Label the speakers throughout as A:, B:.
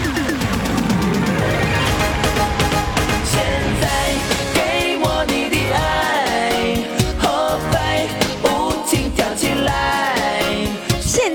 A: 现在给我你的爱，后背不停跳起来。
B: 现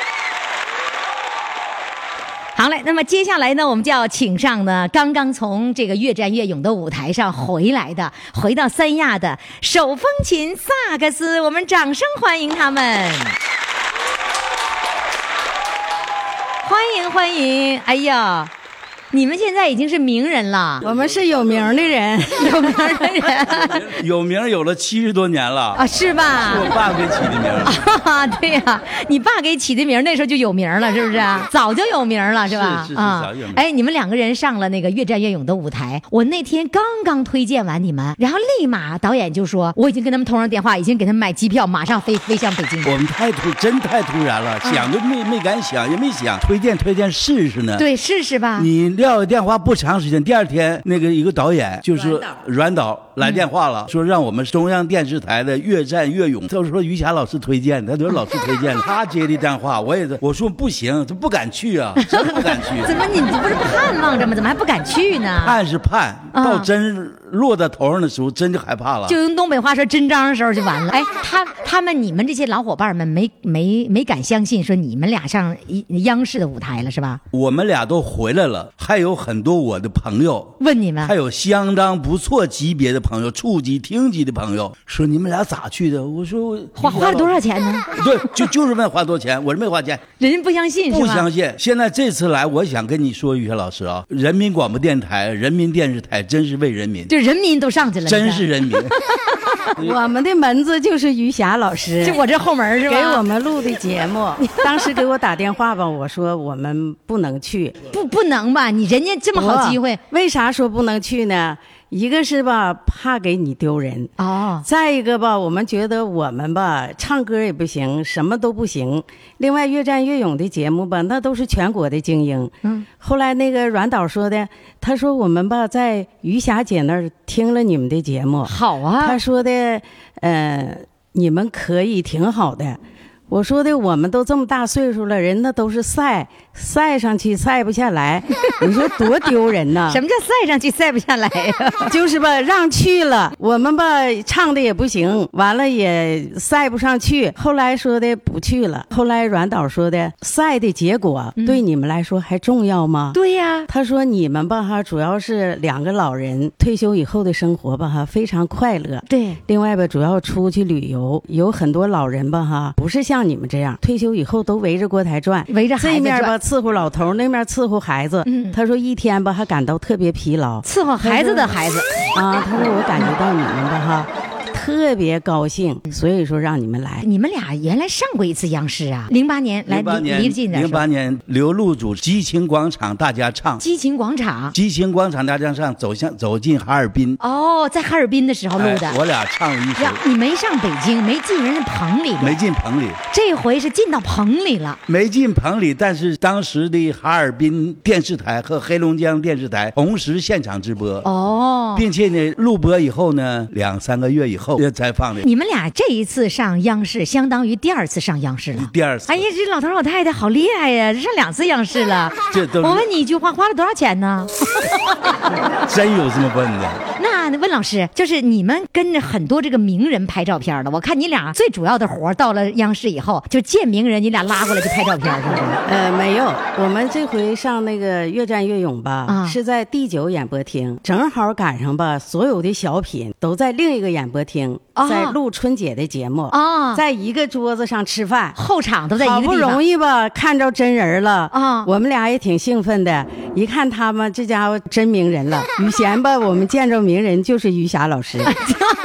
B: 好嘞，那么接下来呢，我们就要请上呢刚刚从这个越战越勇的舞台上回来的，回到三亚的手风琴、萨克斯，我们掌声欢迎他们。欢迎欢迎！哎呀，你们现在已经是名人了，
C: 我们是有名的人，
B: 有名的人
D: 有名儿有了七十多年了，
B: 啊，是吧？
D: 我爸给起的名儿。
B: 哈哈， 对呀、你爸给起的名儿那时候就有名儿了，是不是啊？早就有名儿了，吧？
D: 是是是
B: 啊
D: 早有名儿
B: 哎，你们两个人上了那个越战越勇的舞台，我那天刚刚推荐完你们，然后立马导演就说我已经跟他们通上电话，已经给他们买机票，马上飞飞向北 京。
D: 我们太突，真太突然了，
B: 啊
D: 想都没没敢想，也没想推荐推荐试试呢。，
B: 对，啊试试吧。
D: 你撂了电话不长时间，第二天那个一个导演就是阮导来电话
B: 嗯
D: 了，说让我们中央电视台的《越战越勇》，他说于霞老师推荐的，他说老师推 荐的，他接的电话，我也是，我说不行，这不敢去 啊，真不敢去。
B: 怎么你你不是盼望着吗？怎么还不敢去 呢？
D: 盼是盼，
B: 啊
D: 到真落到头上的时候，真就害怕了。
B: 就用东北话说真章的时候就完了。哎，他他们你们这些老伙伴们没没没敢相信，说你们俩上一央视的舞台了是吧？
D: 我们俩都回来了，还有很多我的朋友，
B: 问你们
D: 还有相当不错级别的朋友，处级、厅级的朋友，说你们俩咋去的？我说我
B: 花花了多少？钱呢？
D: 对，就就是问花多少钱，我是没花钱，
B: 人家不相信是吧？
D: 不相信。现在这次来，我想跟你说，于谦老师啊，人民广播电台、人民电视台真是为人民，
B: 就人民都上去了，
D: 真
B: 你看
D: 是。人民。
C: 我们的门子就是余霞老师。
B: 就我这后门是吧？
C: 给我们录的节目，当时给我打电话吧，我说我们不能去，
B: 不不能吧？你人家这么好机会
C: 不为啥说不能去呢？一个是吧，怕给你丢人；
B: 哦，
C: 再一个吧，我们觉得我们吧，唱歌也不行，什么都不行。另外，越战越勇的节目吧，那都是全国的精英。
B: 嗯，
C: 后来那个阮导说的，他说我们吧，在余霞姐那儿听了你们的节目，
B: 好啊
C: 他，说的，呃，你们可以挺好的。我说的，我们都这么大岁数了，人那都是晒晒上去，晒不下来，你说多丢人呐！
B: 什么叫赛上去赛不下来呀？
C: 就是吧，让去了，我们吧唱的也不行，完了也赛不上去。后来说的不去了，后来阮导说的赛的结果、
B: 嗯
C: 对你们来说还重要吗？
B: 对呀，
C: 他说：“你们吧哈，主要是两个老人退休以后的生活吧哈，非常快乐。
B: 对，
C: 另外吧，主要出去旅游，有很多老人吧哈，不是像你们这样退休以后都围着锅台转，
B: 围着孩
C: 这
B: 子
C: 面吧
B: 转，
C: 伺候老头，那面伺候孩子。
B: 嗯
C: 他说一天吧还感到特别疲劳
B: 伺候孩子的孩子，
C: 啊。他说我感觉到你们吧哈，特别高兴，所以说让你们来。
B: 你们俩原来上过一次央视啊？零八年， 来
D: 零八
B: 离
D: 年，
B: 离近点
D: 零八
B: 说，
D: 年刘露主激情广场大家唱，
B: 激情广场
D: 激情广场大家唱，走向走进哈尔滨。
B: 哦，在哈尔滨的时候录
D: 哎
B: 的。
D: 我俩唱了一首
B: 呀，，你没上北京，没进人家棚里边，
D: 没进棚里，
B: 这回是进到棚里了。
D: 没进棚里，但是当时的哈尔滨电视台和黑龙江电视台同时现场直播，
B: 哦，
D: 并且呢，录播以后呢，两三个月以后呃才放的。
B: 你们俩这一次上央视，相当于第二次上央视了。
D: 第二次
B: 哎呀，这老头老太太好厉害呀！这上两次央视了。
D: 这都是
B: 我问你一句话，花了多少钱呢？
D: 真有这么问的，
B: 那温老师，就是你们跟着很多这个名人拍照片了，我看你俩最主要的活儿到了央视以后，就见名人，你俩拉过来就拍照片，是 不是？
C: 呃，没有，我们这回上那个越战越勇吧，
B: 啊
C: 是在第九演播厅，正好赶上吧，所有的小品都在另一个演播厅，
B: 啊
C: 在录春节的节目，
B: 啊
C: 在一个桌子上吃饭。
B: 后场都在一个
C: 好
B: 地
C: 不
B: 方，
C: 容易吧，看着真人了
B: 啊
C: 我们俩也挺兴奋的。一看他们这家伙真名人 了，于贤吧，我们见着名人就是于霞老师。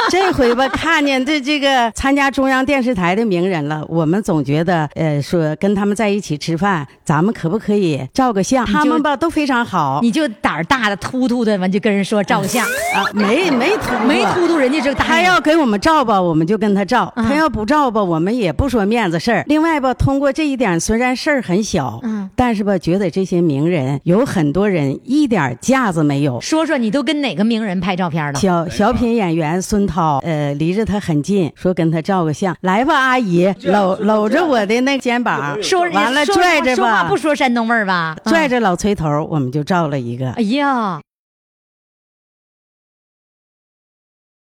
C: 这回吧，看见这这个参加中央电视台的名人了，我们总觉得呃，说跟他们在一起吃饭，咱们可不可以照个相？他们吧都非常好
B: 你就胆儿大的突突的，完就跟人说照个相，
C: 啊，没没突过
B: 没突突人家就答应
C: 他
B: 你
C: 要给我们照吧，我们就跟他照；他要不照吧，我们也不说面子事儿。另外吧，通过这一点，虽然事儿很小，
B: 嗯，
C: 但是吧，觉得这些名人有很多人一点架子没有。
B: 说说你都跟哪个名人拍照片了？
C: 小小品演员孙涛，呃，离着他很近，说跟他照个相。来吧，阿姨，搂搂着我的那肩膀，
B: 说人家
C: 完了
B: 说
C: 拽着
B: 说话
C: 吧
B: 不，说山东味儿吧？嗯
C: 拽着老崔头，我们就照了一个。
B: 哎呀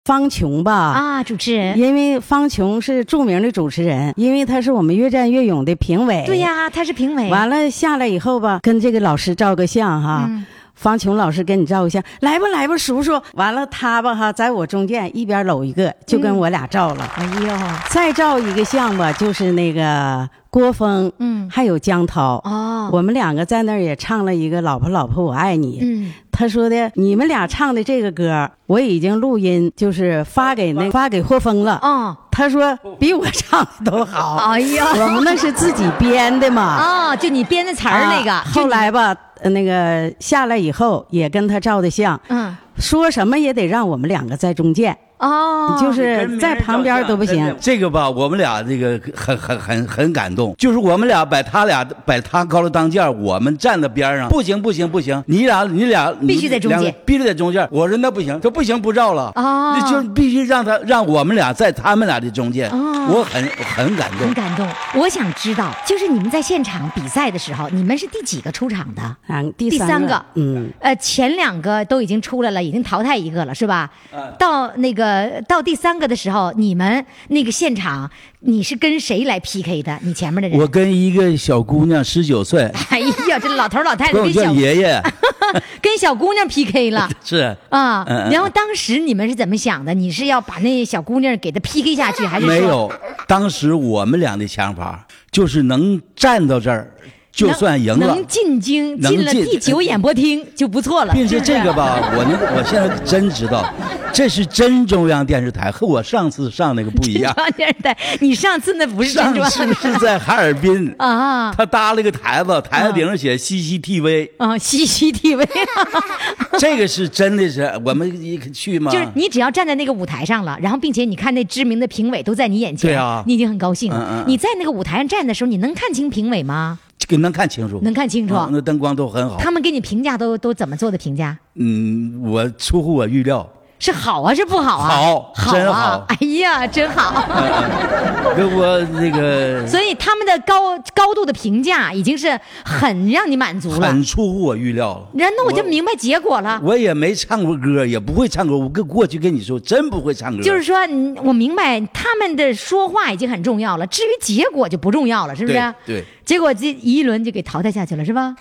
C: 方琼吧，
B: 啊，主持人，
C: 因为方琼是著名的主持人，因为他是我们越战越勇的评委。
B: 对呀，他是评委，
C: 哎完了下来以后吧，跟这个老师照个相哈。
B: 嗯
C: 方琼老师跟你照个相，来吧来吧，叔叔。完了他吧哈，在我中间一边搂一个，就跟我俩照了。
B: 哎呦，
C: 再照一个相吧，就是那个郭峰，
B: 嗯
C: 还有江涛。
B: 哦，
C: 我们两个在那儿也唱了一个《老婆老婆我爱你》。
B: 嗯，
C: 他说的你们俩唱的这个歌，我已经录音，就是发给那发给霍峰了。
B: 哦，
C: 他说比我唱的都好。
B: 哎呀，
C: 我们那是自己编的嘛。
B: 哦，就你编的词儿那个
C: 啊，后来吧，呃那个下来以后也跟他照的相，
B: 嗯，
C: 说什么也得让我们两个在中间，
B: 哦，
C: 就是在旁边都不行。
D: 这个吧，我们俩这个很很很很感动，就是我们俩把他俩把他高了当间，我们站在边上，不行不行不行，你俩你俩
B: 必须在中间，
D: 你两个必须在中间。我说那不行，这不行不照了，
B: 哦
D: 那就必须让他让我们俩在他们俩的中间，
B: 哦
D: 我很很感动
B: 很。感动，我想知道，就是你们在现场比赛的时候，你们是第几个出场的？
C: 啊，第
B: 第三个
C: 嗯，
B: 呃，前两个都已经出来了，已经淘汰一个了，是吧？
D: 嗯
B: 到那个到第三个的时候，你们那个现场你是跟谁来 PK 的？你前面的人？
D: 我跟一个小姑娘十九岁，
B: 哎呀，这老头儿老哎太太
D: 管我
B: 跟
D: 叫
B: 小
D: 爷爷，
B: 跟小姑娘 PK 了
D: 是
B: 啊！
D: 嗯嗯
B: 然后当时你们是怎么想的？你是要把那小姑娘给她 PK 下去，还是说
D: 没有。当时我们俩的想法就是能站到这儿，就
B: 能
D: 算赢了
B: 能。进京，
D: 能
B: 进了
D: 进
B: 第九演播厅就不错了，
D: 并且
B: 是不是
D: 这个吧，我能，我现在真知道，这是真中央电视台，和我上次上那个不一 样。
B: 中央电视台，你上次那 不是真
D: 上
B: 装
D: 次是在哈尔滨
B: 啊
D: 他搭了个台子，台子顶上写 CCTV，
B: 啊，CCTV，
D: 这个是真的是我们一去吗？
B: 啊就是你只要站在那个舞台上了，然后并且你看那知名的评委都在你眼前，
D: 对啊
B: 你已经很高兴了。
D: 嗯嗯嗯
B: 你在那个舞台上站的时候，你能看清评委吗？
D: 这个能看清楚，
B: 能看清楚
D: 嗯那灯光都很好。
B: 他们给你评价都都怎么做的评价？
D: 嗯，我出乎我预料，
B: 是好啊，是不好啊？
D: 好
B: 好
D: 真
B: 啊
D: 好！嗯
B: 哎呀，真好！
D: 跟我那个
B: 所以他们的高高度的评价已经是很让你满足了
D: 很。出乎我预料了。
B: 然后那我就明白结果了。
D: 我也没唱过歌，也不会唱歌。我跟过去跟你说，真不会唱歌。
B: 就是说，嗯我明白他们的说话已经很重要了，至于结果就不重要了，是啊不是？
D: 对对
B: 结果这一轮就给淘汰下去了，是吧？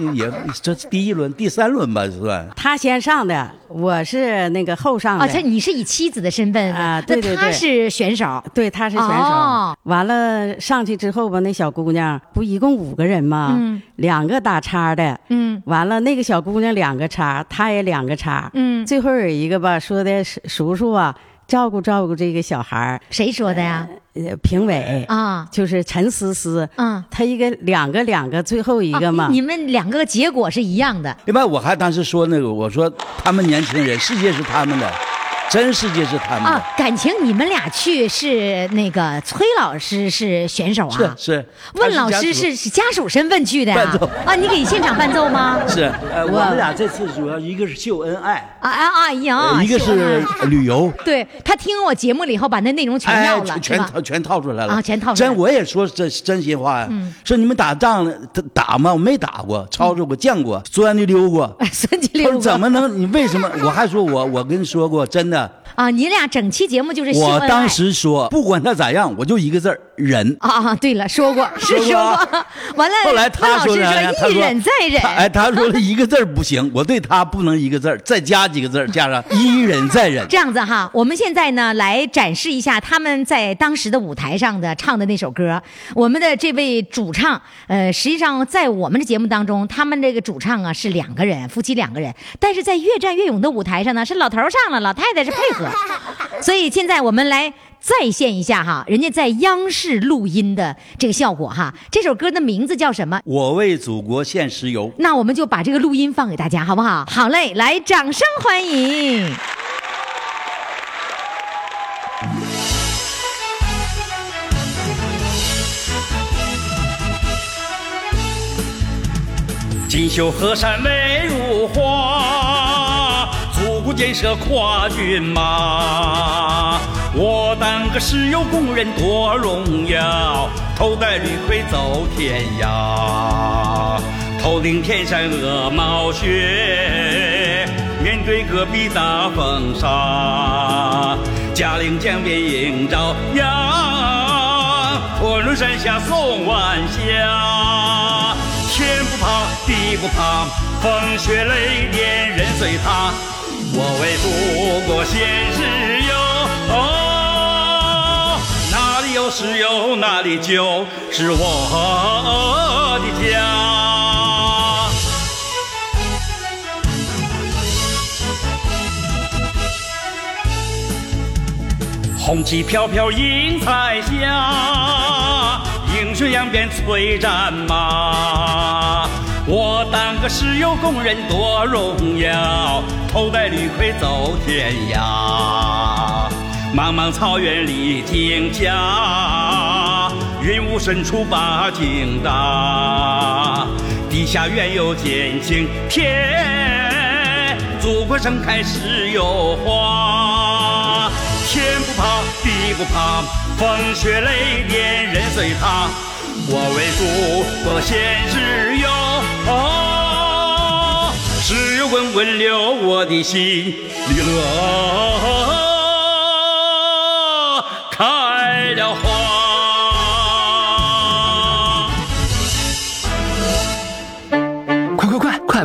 D: 你也这是第一轮、第三轮吧，算。
C: 他先上的，我是那个后上的。
B: 啊，这你是以妻子的身份
C: 啊
B: 那
C: 对对
B: 他
C: 对
B: 是选手，
C: 对，他是选手。
B: 哦
C: 完了上去之后吧，那小姑娘不一共五个人吗？
B: 嗯
C: 两个打叉的，
B: 嗯，
C: 完了那个小姑娘两个叉，她也两个叉，
B: 嗯
C: 最后有一个吧说的叔叔叔啊，照顾照顾这个小孩儿，
B: 谁说的呀？
C: 呃，评委
B: 啊
C: 就是陈思思，
B: 嗯
C: 她一个两个两个，最后一
B: 啊
C: 个嘛，
B: 你们两个结果是一样的，
D: 另外，我还当时说那个，我说他们年轻人，世界是他们的，真世界是他们
B: 啊
D: 的，，
B: 感情你们俩去是那个崔老师是选手啊？
D: 是是。
B: 问老
D: 他
B: 师
D: 家属
B: 是是家属身份去的呀
D: 伴奏？
B: 啊，你给现场伴奏吗？
D: 是，呃，我们俩这次主要一个是秀恩爱，
B: 啊啊哎呀！
D: 呃一个
B: 秀啊恩
D: 是
B: 爱
D: 旅游，
B: 对他听我节目了以后，把那内容全要了，
D: 哎、
B: 是
D: 全
B: 吧？
D: 套全套出来了
B: 啊全套出来嗯
D: 真我也说真真心话呀、说你们打仗打打吗？我没打过，操着过，见过，钻的溜过。
B: 三七
D: 他
B: 六
D: 说怎么能？你为什么？我还说我我跟你说过，真的，
B: 啊？你俩整期节目就是秀
D: 我
B: 恩爱
D: 当时说不管他咋样，我就一个字儿忍。
B: 啊，对了，说过是
D: 说
B: 说
D: 过
B: 过，完了，
D: 后来他
B: 老
D: 说
B: 师
D: 的，哎呀他
B: 一忍再忍
D: 他，哎，他说了一个字儿不行，我对他不能一个字儿，再加几个字儿，加上 一忍再忍。
B: 这样子哈，我们现在呢来展示一下他们在当时的舞台上的唱的那首歌。我们的这位主唱，呃，实际上在我们的节目当中，他们这个主唱啊是两个人，夫妻两个人，但是在越战越勇的舞台上呢，是老头儿上了，老太太是配 合。所以现在我们来再现一下哈，人家在央视录音的这个效果哈。这首歌的名字叫什么？
D: 我为祖国献石油。
B: 那我们就把这个录音放给大家，好不好？好嘞，来，掌声欢迎。
E: 锦绣河山美如画，祖国建设跨骏马。我当个石油工人多荣耀，头戴绿盔走天涯，头顶天山鹅毛雪，面对戈壁大风沙，嘉陵江边映朝阳，火轮山下送晚霞。天不怕地不怕，风雪雷电任随他。我为祖国献石油，哦，哪里有石油哪里就是我的家。红旗飘飘映彩霞，映雪扬鞭催战马。我当个石油工人多荣耀，头戴绿盔走天涯。茫茫草原里停下，云雾深处把井搭。地下原有剑青天，祖国盛开石油花。天不怕地不怕，风雪雷电任随他。我为祖国献石油，哦，石油滚滚流我的心里乐开了花。
F: 快快快，快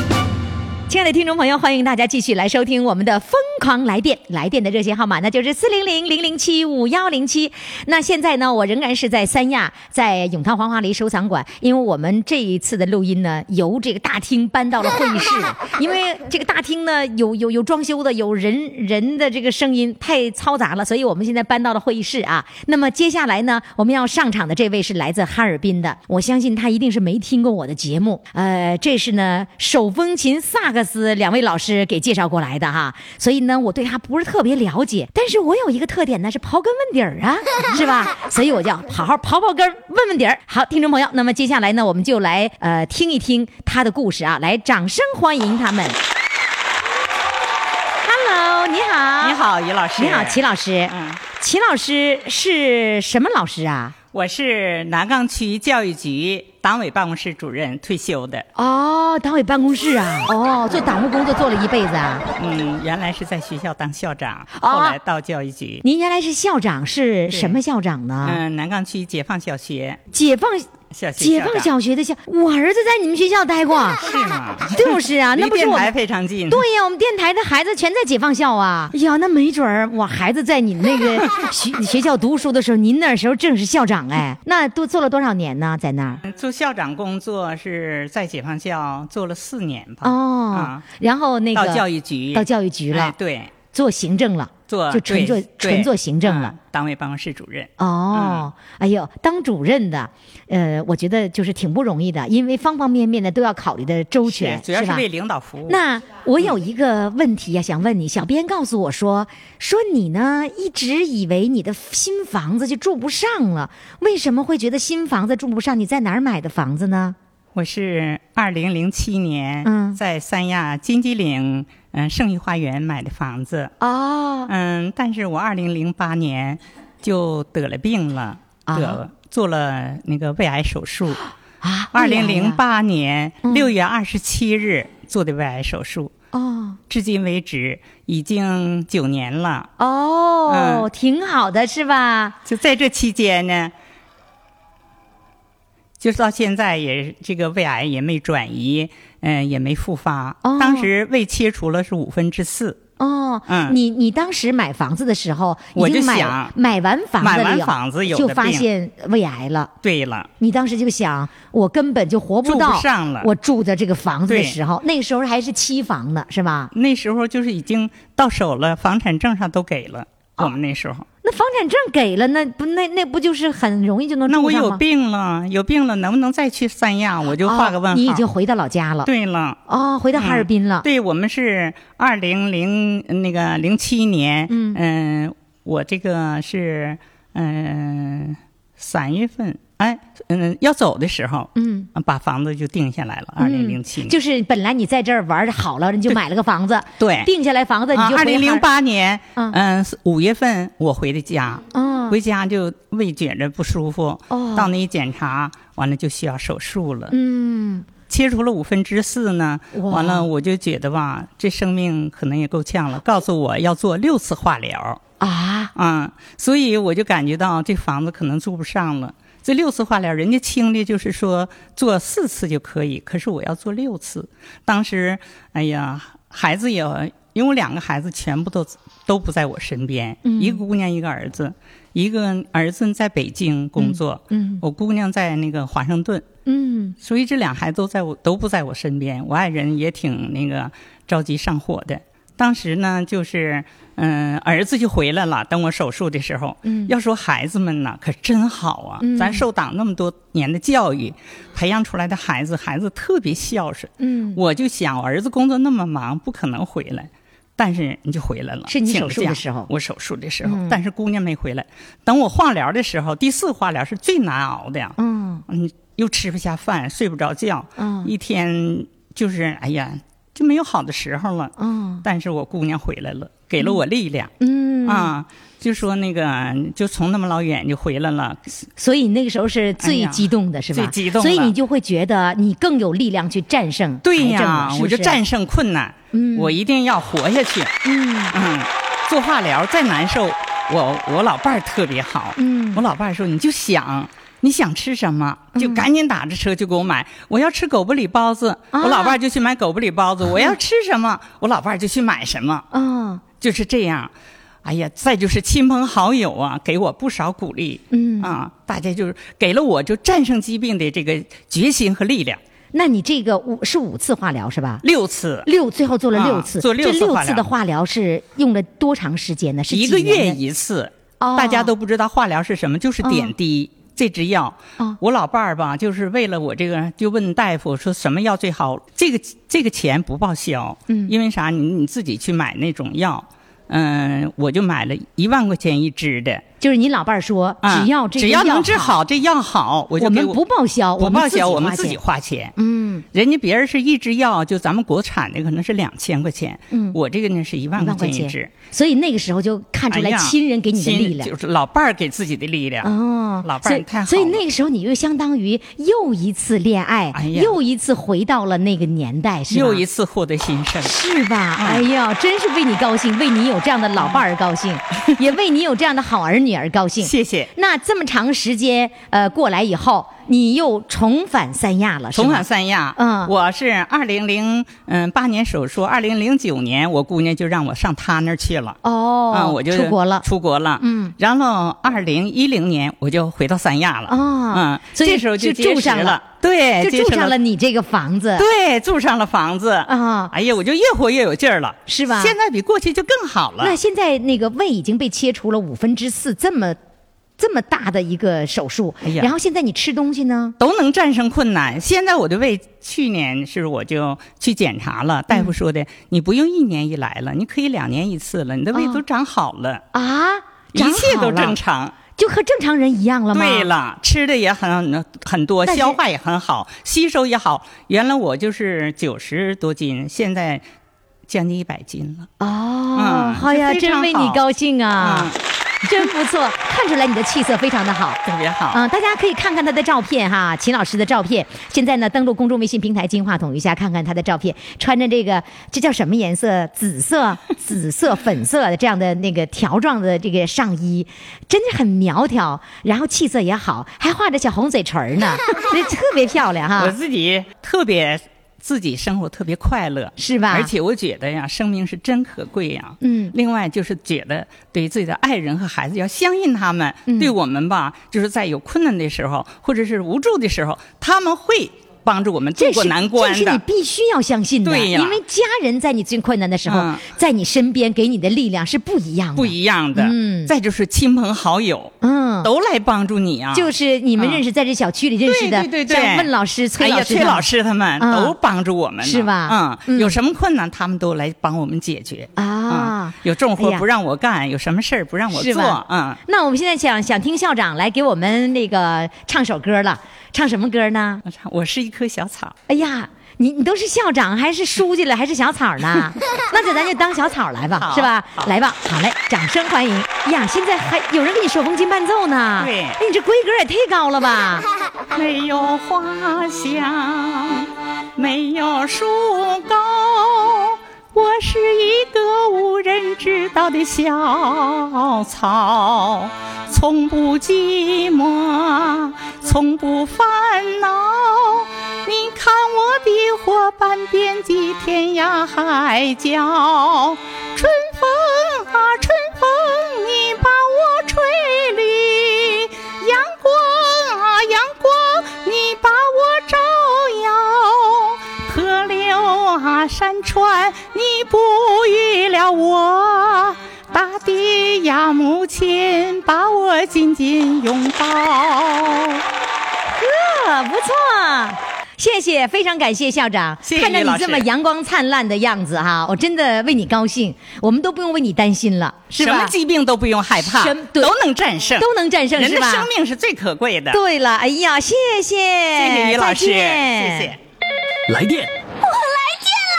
B: 亲爱的听众朋友，欢迎大家继续来收听我们的《疯狂来电》，来电的热线号码那就是四零零零零七五幺零七。那现在呢，我仍然是在三亚，在永康黄花梨收藏馆，因为我们这一次的录音呢，由这个大厅搬到了会议室，因为这个大厅呢有有有装修的，有人人的这个声音太嘈杂了，所以我们现在搬到了会议室啊。那么接下来呢，我们要上场的这位是来自哈尔滨的，我相信他一定是没听过我的节目，呃，这是呢手风琴、萨克斯两位老师给介绍过来的哈，所以呢，我对他不是特别了解，但是我有一个特点呢，是刨根问底儿啊，是吧？所以我就要好好刨刨根儿，问问底儿。好，听众朋友，那么接下来呢，我们就来呃听一听他的故事啊，来，掌声欢迎他们。Hello，你好，
G: 你，好，于老师。
B: 你好，齐老师，
G: 嗯，
B: 齐老师是什么老师啊？
G: 我是南岗区教育局党委办公室主任退休的，
B: 哦，党委办公室啊，哦，做党务工作做了一辈子啊。
G: 嗯，原来是在学校当校长，
B: 啊
G: 后来到教育局。
B: 您原来是校长，是什么校长呢？
G: 嗯，南岗区解放小学
B: 解放
G: 小学
B: 解
G: 长
B: 放小学的校，我儿子在你们学校待 过，
G: 是吗？
B: 就是啊，那
G: 离
B: 不是
G: 电
B: 我
G: 台
B: 们。
G: 非常近。
B: 对呀，我们电台的孩子全在解放校啊！哎呀，那没准儿我孩子在你们那 个学学校读书的时候，您那时候正是校长哎，那都做了多少年呢？在那儿
G: 嗯，做校长工作是在解放校做了四年吧。
B: 哦，
G: 啊，
B: 然后那个
G: 到教育局，
B: 到教育局了
G: 哎对，
B: 做行政了，
G: 做
B: 就纯做
G: 对
B: 纯
G: 对
B: 做行政了
G: 嗯。党委办公室主任。嗯
B: 哦，哎呦，当主任的，呃，我觉得就是挺不容易的，因为方方面面的都要考虑的周
G: 是，
B: 全，
G: 主要是
B: 吧？
G: 为领导服务。
B: 那我有一个问题呀、啊想问你。小编告诉我说，说你呢一直以为你的新房子就住不上了，为什么会觉得新房子住不上？你在哪儿买的房子呢？
G: 我是二零零七年、
B: 嗯
G: 在三亚金鸡岭嗯盛誉花园买的房子，
B: 哦，
G: 嗯，但是我二零零八年就得了病了，
B: 啊
G: 得做了那个胃癌手术。
B: 啊，
G: 二零零
B: 哎呀
G: 八年六月二十七日做的胃癌手术，
B: 哦
G: 至今为止已经九年了。
B: 哦，
G: 嗯
B: 挺好的是吧？
G: 啊就在这期间呢，就是到现在也这个胃癌也没转移，嗯、也没复发。
B: 哦
G: 当时胃切除了是五分之四，
B: 哦，
G: 嗯
B: 你你当时买房子的时候，
G: 我
B: 已经
G: 就
B: 买
G: 想
B: 买完房子
G: 买完
B: 了
G: 房子有
B: 就
G: 的
B: 发
G: 病
B: 现胃癌了。
G: 对了，
B: 你当时就想，我根本就活
G: 住不
B: 到
G: 上了
B: 我住的这个房子的
G: 对
B: 时候，那个时候还是期房呢，是吧？
G: 那时候就是已经到手了，房产证上都给了。
B: 哦
G: 我们那时候，
B: 那房产证给了，那不那那不就是很容易就能
G: 那
B: 住
G: 我
B: 上
G: 有
B: 吗？
G: 病了，有病了，能不能再去三亚？我就画个问号。
B: 哦你已经回到老家了，
G: 对了，嗯
B: 哦，回到哈尔滨了，
G: 对我们是二零零那个零七年，
B: 嗯
G: 嗯我这个是嗯三月份，哎，嗯，要走的时候，啊
B: 嗯，
G: 把房子就定下来了，二零零七年，
B: 就是本来你在这儿玩的好了，你就买了个房子，
G: 对啊
B: 定下来房子你就
G: 二
B: 回
G: 零零
B: 哈尔，
G: 八年，
B: 嗯
G: 嗯，五月份我回的家，
B: 嗯
G: 回家就胃觉着不舒服，
B: 哦
G: 到那一检查，完了就需要手术了，
B: 嗯，
G: 切除了五分之四呢，
B: 哇
G: 完了我就觉得吧，这生命可能也够呛了。告诉我要做六次化疗
B: 啊，
G: 啊、所以我就感觉到这房子可能住不上了。这六次化疗，人家轻的就是说做四次就可以，可是我要做六次。当时，哎呀，孩子也因为我两个孩子全部都都不在我身边，
B: 嗯
G: 一个姑娘一个儿子，一个儿子在北京工作，
B: 嗯
G: 我姑娘在那个华盛顿。
B: 嗯
G: 所以这俩孩子都在我都不在我身边，我爱人也挺那个着急上火的。当时呢，就是嗯、儿子就回来了。等我手术的时候，
B: 嗯
G: 要说孩子们呢，可真好啊！
B: 嗯
G: 咱受党那么多年的教育，培养出来的孩子，孩子特别孝顺。
B: 嗯，
G: 我就想，我儿子工作那么忙，不可能回来。但是你就回来了，
B: 是你
G: 请
B: 手术的
G: 假
B: 时候
G: 我手术的时候，
B: 嗯
G: 但是姑娘没回来。等我化疗的时候，第四化疗是最难熬的呀。
B: 嗯
G: 嗯，又吃不下饭，睡不着觉，
B: 嗯
G: 一天就是哎呀，就没有好的时候了。
B: 嗯
G: 但是我姑娘回来了，给了我力量、
B: 嗯，
G: 啊，就说那个就从那么老远就回来了，
B: 所以你那个时候是最激动的，是吧？
G: 哎最激动了
B: 所以你就会觉得你更有力量去战胜
G: 对呀、
B: 癌症了是不
G: 啊我就是战胜困难，
B: 嗯
G: 我一定要活下去。
B: 嗯
G: 嗯，做化疗再难受，我我老伴儿特别好。
B: 嗯
G: 我老伴儿说，你就想你想吃什么，就赶紧打着车就给我买。我要吃狗不理包子，
B: 啊
G: 我老伴儿就去买狗不理包
B: 嗯
G: 子；我要吃什么，我老伴儿就去买什么。
B: 啊
G: 就是这样。哎呀，再就是亲朋好友啊，给我不少鼓励。
B: 嗯
G: 啊，大家就是给了我就战胜疾病的这个决心和力量。
B: 那你这个五是五次化疗是吧？
G: 六次，
B: 六最后做了
G: 啊
B: 六次，
G: 做六
B: 这
G: 次
B: 六
G: 化
B: 次
G: 疗
B: 的化疗是用了多长时间呢？是
G: 一
B: 几
G: 个
B: 年
G: 月
B: 呢
G: 一次。
B: 哦嗯
G: 大家都不知道化疗是什么，就是点滴。这支药，
B: 哦
G: 我老伴儿吧，就是为了我这个，就问大夫说什么药最好。这个这个钱不报销，
B: 嗯
G: 因为啥？你你自己去买那种药，嗯、我就买了一万块钱一支的，
B: 就是你老伴儿说，
G: 啊、
B: 只要这
G: 只
B: 个
G: 要能治
B: 好，
G: 好这药好，我就
B: 我
G: 给
B: 们不报销，
G: 不报销，我
B: 们
G: 们自己花
B: 花钱
G: 钱。
B: 嗯
G: 人家别人是一支药，就咱们国产的可能是两千块钱，
B: 嗯
G: 我这个呢是一万
B: 一
G: 块
B: 万块
G: 钱一
B: 钱
G: 支。，
B: 所以那个时候就看出
G: 哎
B: 来
G: 呀
B: 亲人给你的
G: 亲
B: 力量。
G: 就是老伴儿给自己的力量。
B: 哦，
G: 老伴
B: 所
G: 儿
B: 以
G: 你太好了。
B: 所以那个时候你就相当于又一次恋爱，
G: 哎呀
B: 又一次回到了那个年代，是吧？
G: 又一次获得新生。
B: 是吧？
G: 嗯
B: 哎呀，真是为你高兴，为你有这样的老伴儿 高兴，也为你有这样的好儿女儿高兴。
G: 谢谢。
B: 那这么长时间呃过来以后，你又重返三亚了，是吗
G: 重返三亚，
B: 嗯
G: 我是二零零嗯八年手术，二零零九年我姑娘就让我上她那儿去了。
B: 哦，
G: 啊，我就
B: 出国了。
G: 出国了，
B: 嗯，
G: 然后二零一零年我就回到三亚了，
B: 啊
G: 嗯，
B: 所以
G: 这时候
B: 就
G: 结
B: 住
G: 识
B: 上了
G: 了，对，
B: 就
G: 结识
B: 住上了，你这个房子，
G: 对，住上了房子
B: 啊
G: 哎呀，我就越活越有劲儿了，
B: 是吧
G: 现在比过去就更好了
B: 那，现在那个胃已经被切除了五分之四，这么这么大的一个手术，
G: 哎呀
B: 然后现在你吃东西呢？
G: 都能战胜困难。现在我的胃，去年是我就去检查了，大
B: 嗯
G: 夫说的，你不用一年一来了，你可以两年一次了，你的胃
B: 啊
G: 都长好了，
B: 啊，
G: 一切
B: 长好
G: 都
B: 了
G: 正，常。
B: 就和正常人一样了吗？
G: 对了，吃的也很很多，
B: 但是
G: 消化也很好，吸收也好。原来我就是九十多斤，现在将近一百斤了。
B: 哦
G: 嗯，
B: 好呀，
G: 就非
B: 真
G: 常
B: 为你
G: 好
B: 高兴啊
G: 嗯，
B: 真不错，看出来你的气色非常的好。
G: 特别好。
A: 啊
B: 嗯，大家可以看看他的照片哈，秦老师的照片。现在呢，登录公众微信平台“金话筒”一下，看看他的照片，穿着这个这叫什么颜色？紫色、紫色、粉色的这样的那个条状的这个上衣，真的很苗条，然后气色也好，还画着小红嘴唇 儿呢，这特别漂亮
G: 我
B: 哈，
G: 自己特别自己生活特别快乐，
B: 是吧？
G: 而且我觉得呀，生命是真可贵呀。
B: 嗯
G: 另外就是觉得对自己的爱人和孩子要相信他们，
B: 嗯
G: 对我们吧，就是在有困难的时候或者是无助的时候，他们会帮助我们渡
B: 这
G: 过
B: 是
G: 难关
B: 这是你
G: 的。
B: 必须要相信的，
G: 对呀
B: 因为家人在你最困难的时候，
G: 嗯
B: 在你身边给你的力量是不一样的，
G: 不一样的，
B: 嗯
G: 再就是亲朋好友，
B: 嗯。
G: 都来帮助你啊！
B: 就是你们
G: 嗯
B: 认识，在这小区里认识的，
G: 对对对对
B: 像问老师、
G: 哎
B: 崔老
G: 呀，
B: 师、
G: 崔老，师他们
B: 嗯
G: 都帮助我们呢，
B: 是吧
G: 嗯，
B: 嗯
G: 有什么困难他们都来帮我们解决
B: 啊
G: 嗯有重
B: 哎
G: 活
B: 呀
G: 不让我干，有什么事儿不让我
B: 是吧
G: 做，嗯，
B: 那我们现在想想听校长来给我们那个唱首歌了，唱什么歌呢？
G: 我是一棵小草，
B: 哎呀，你你都是校长，还是书记了，还是小 草呢？那就咱就当小草来吧，
G: 好
B: 是吧？
G: 好
B: 来吧，好嘞，掌声欢迎！呀，现在还有人给你手风琴伴奏呢，
G: 对
B: 哎，你这规格也忒高 了吧？
G: 没有花香，没有树高，我是一个无人知道的小草，从不寂寞，从不烦恼。你看我的伙伴遍及天涯海角，春风啊春风，你把我吹绿，阳光啊阳光，你把我照耀。河流啊，山川，你哺育了我。大地呀，母亲把我紧紧拥抱。
B: 啊，不错。谢谢，非常感谢校长。
G: 谢谢
B: 看着
G: 于
B: 你
G: 老师
B: 这么阳光灿烂的样子哈，我真的为你高兴，我们都不用为你担心了，是
G: 什么
B: 吧？
G: 疾病都不用害怕
B: 什么，对
G: 都能战胜，
B: 都能战胜，
G: 人
B: 是
G: 的
B: 吧？
G: 生命是最可贵的。
B: 对了，哎呀，谢谢，
G: 谢谢于老师，谢
B: 再见
G: 谢。
F: 来电，我来电啦！